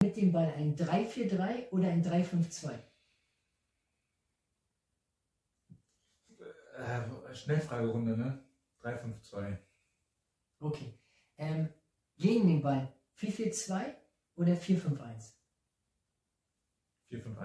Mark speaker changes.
Speaker 1: dem Ball ein 3-4-3 oder ein 3-5-2?
Speaker 2: Äh, Schnellfragerunde, ne? 352.
Speaker 1: Okay. Ähm, gegen den Ball 4-4-2 oder 4-5-1?
Speaker 2: 451.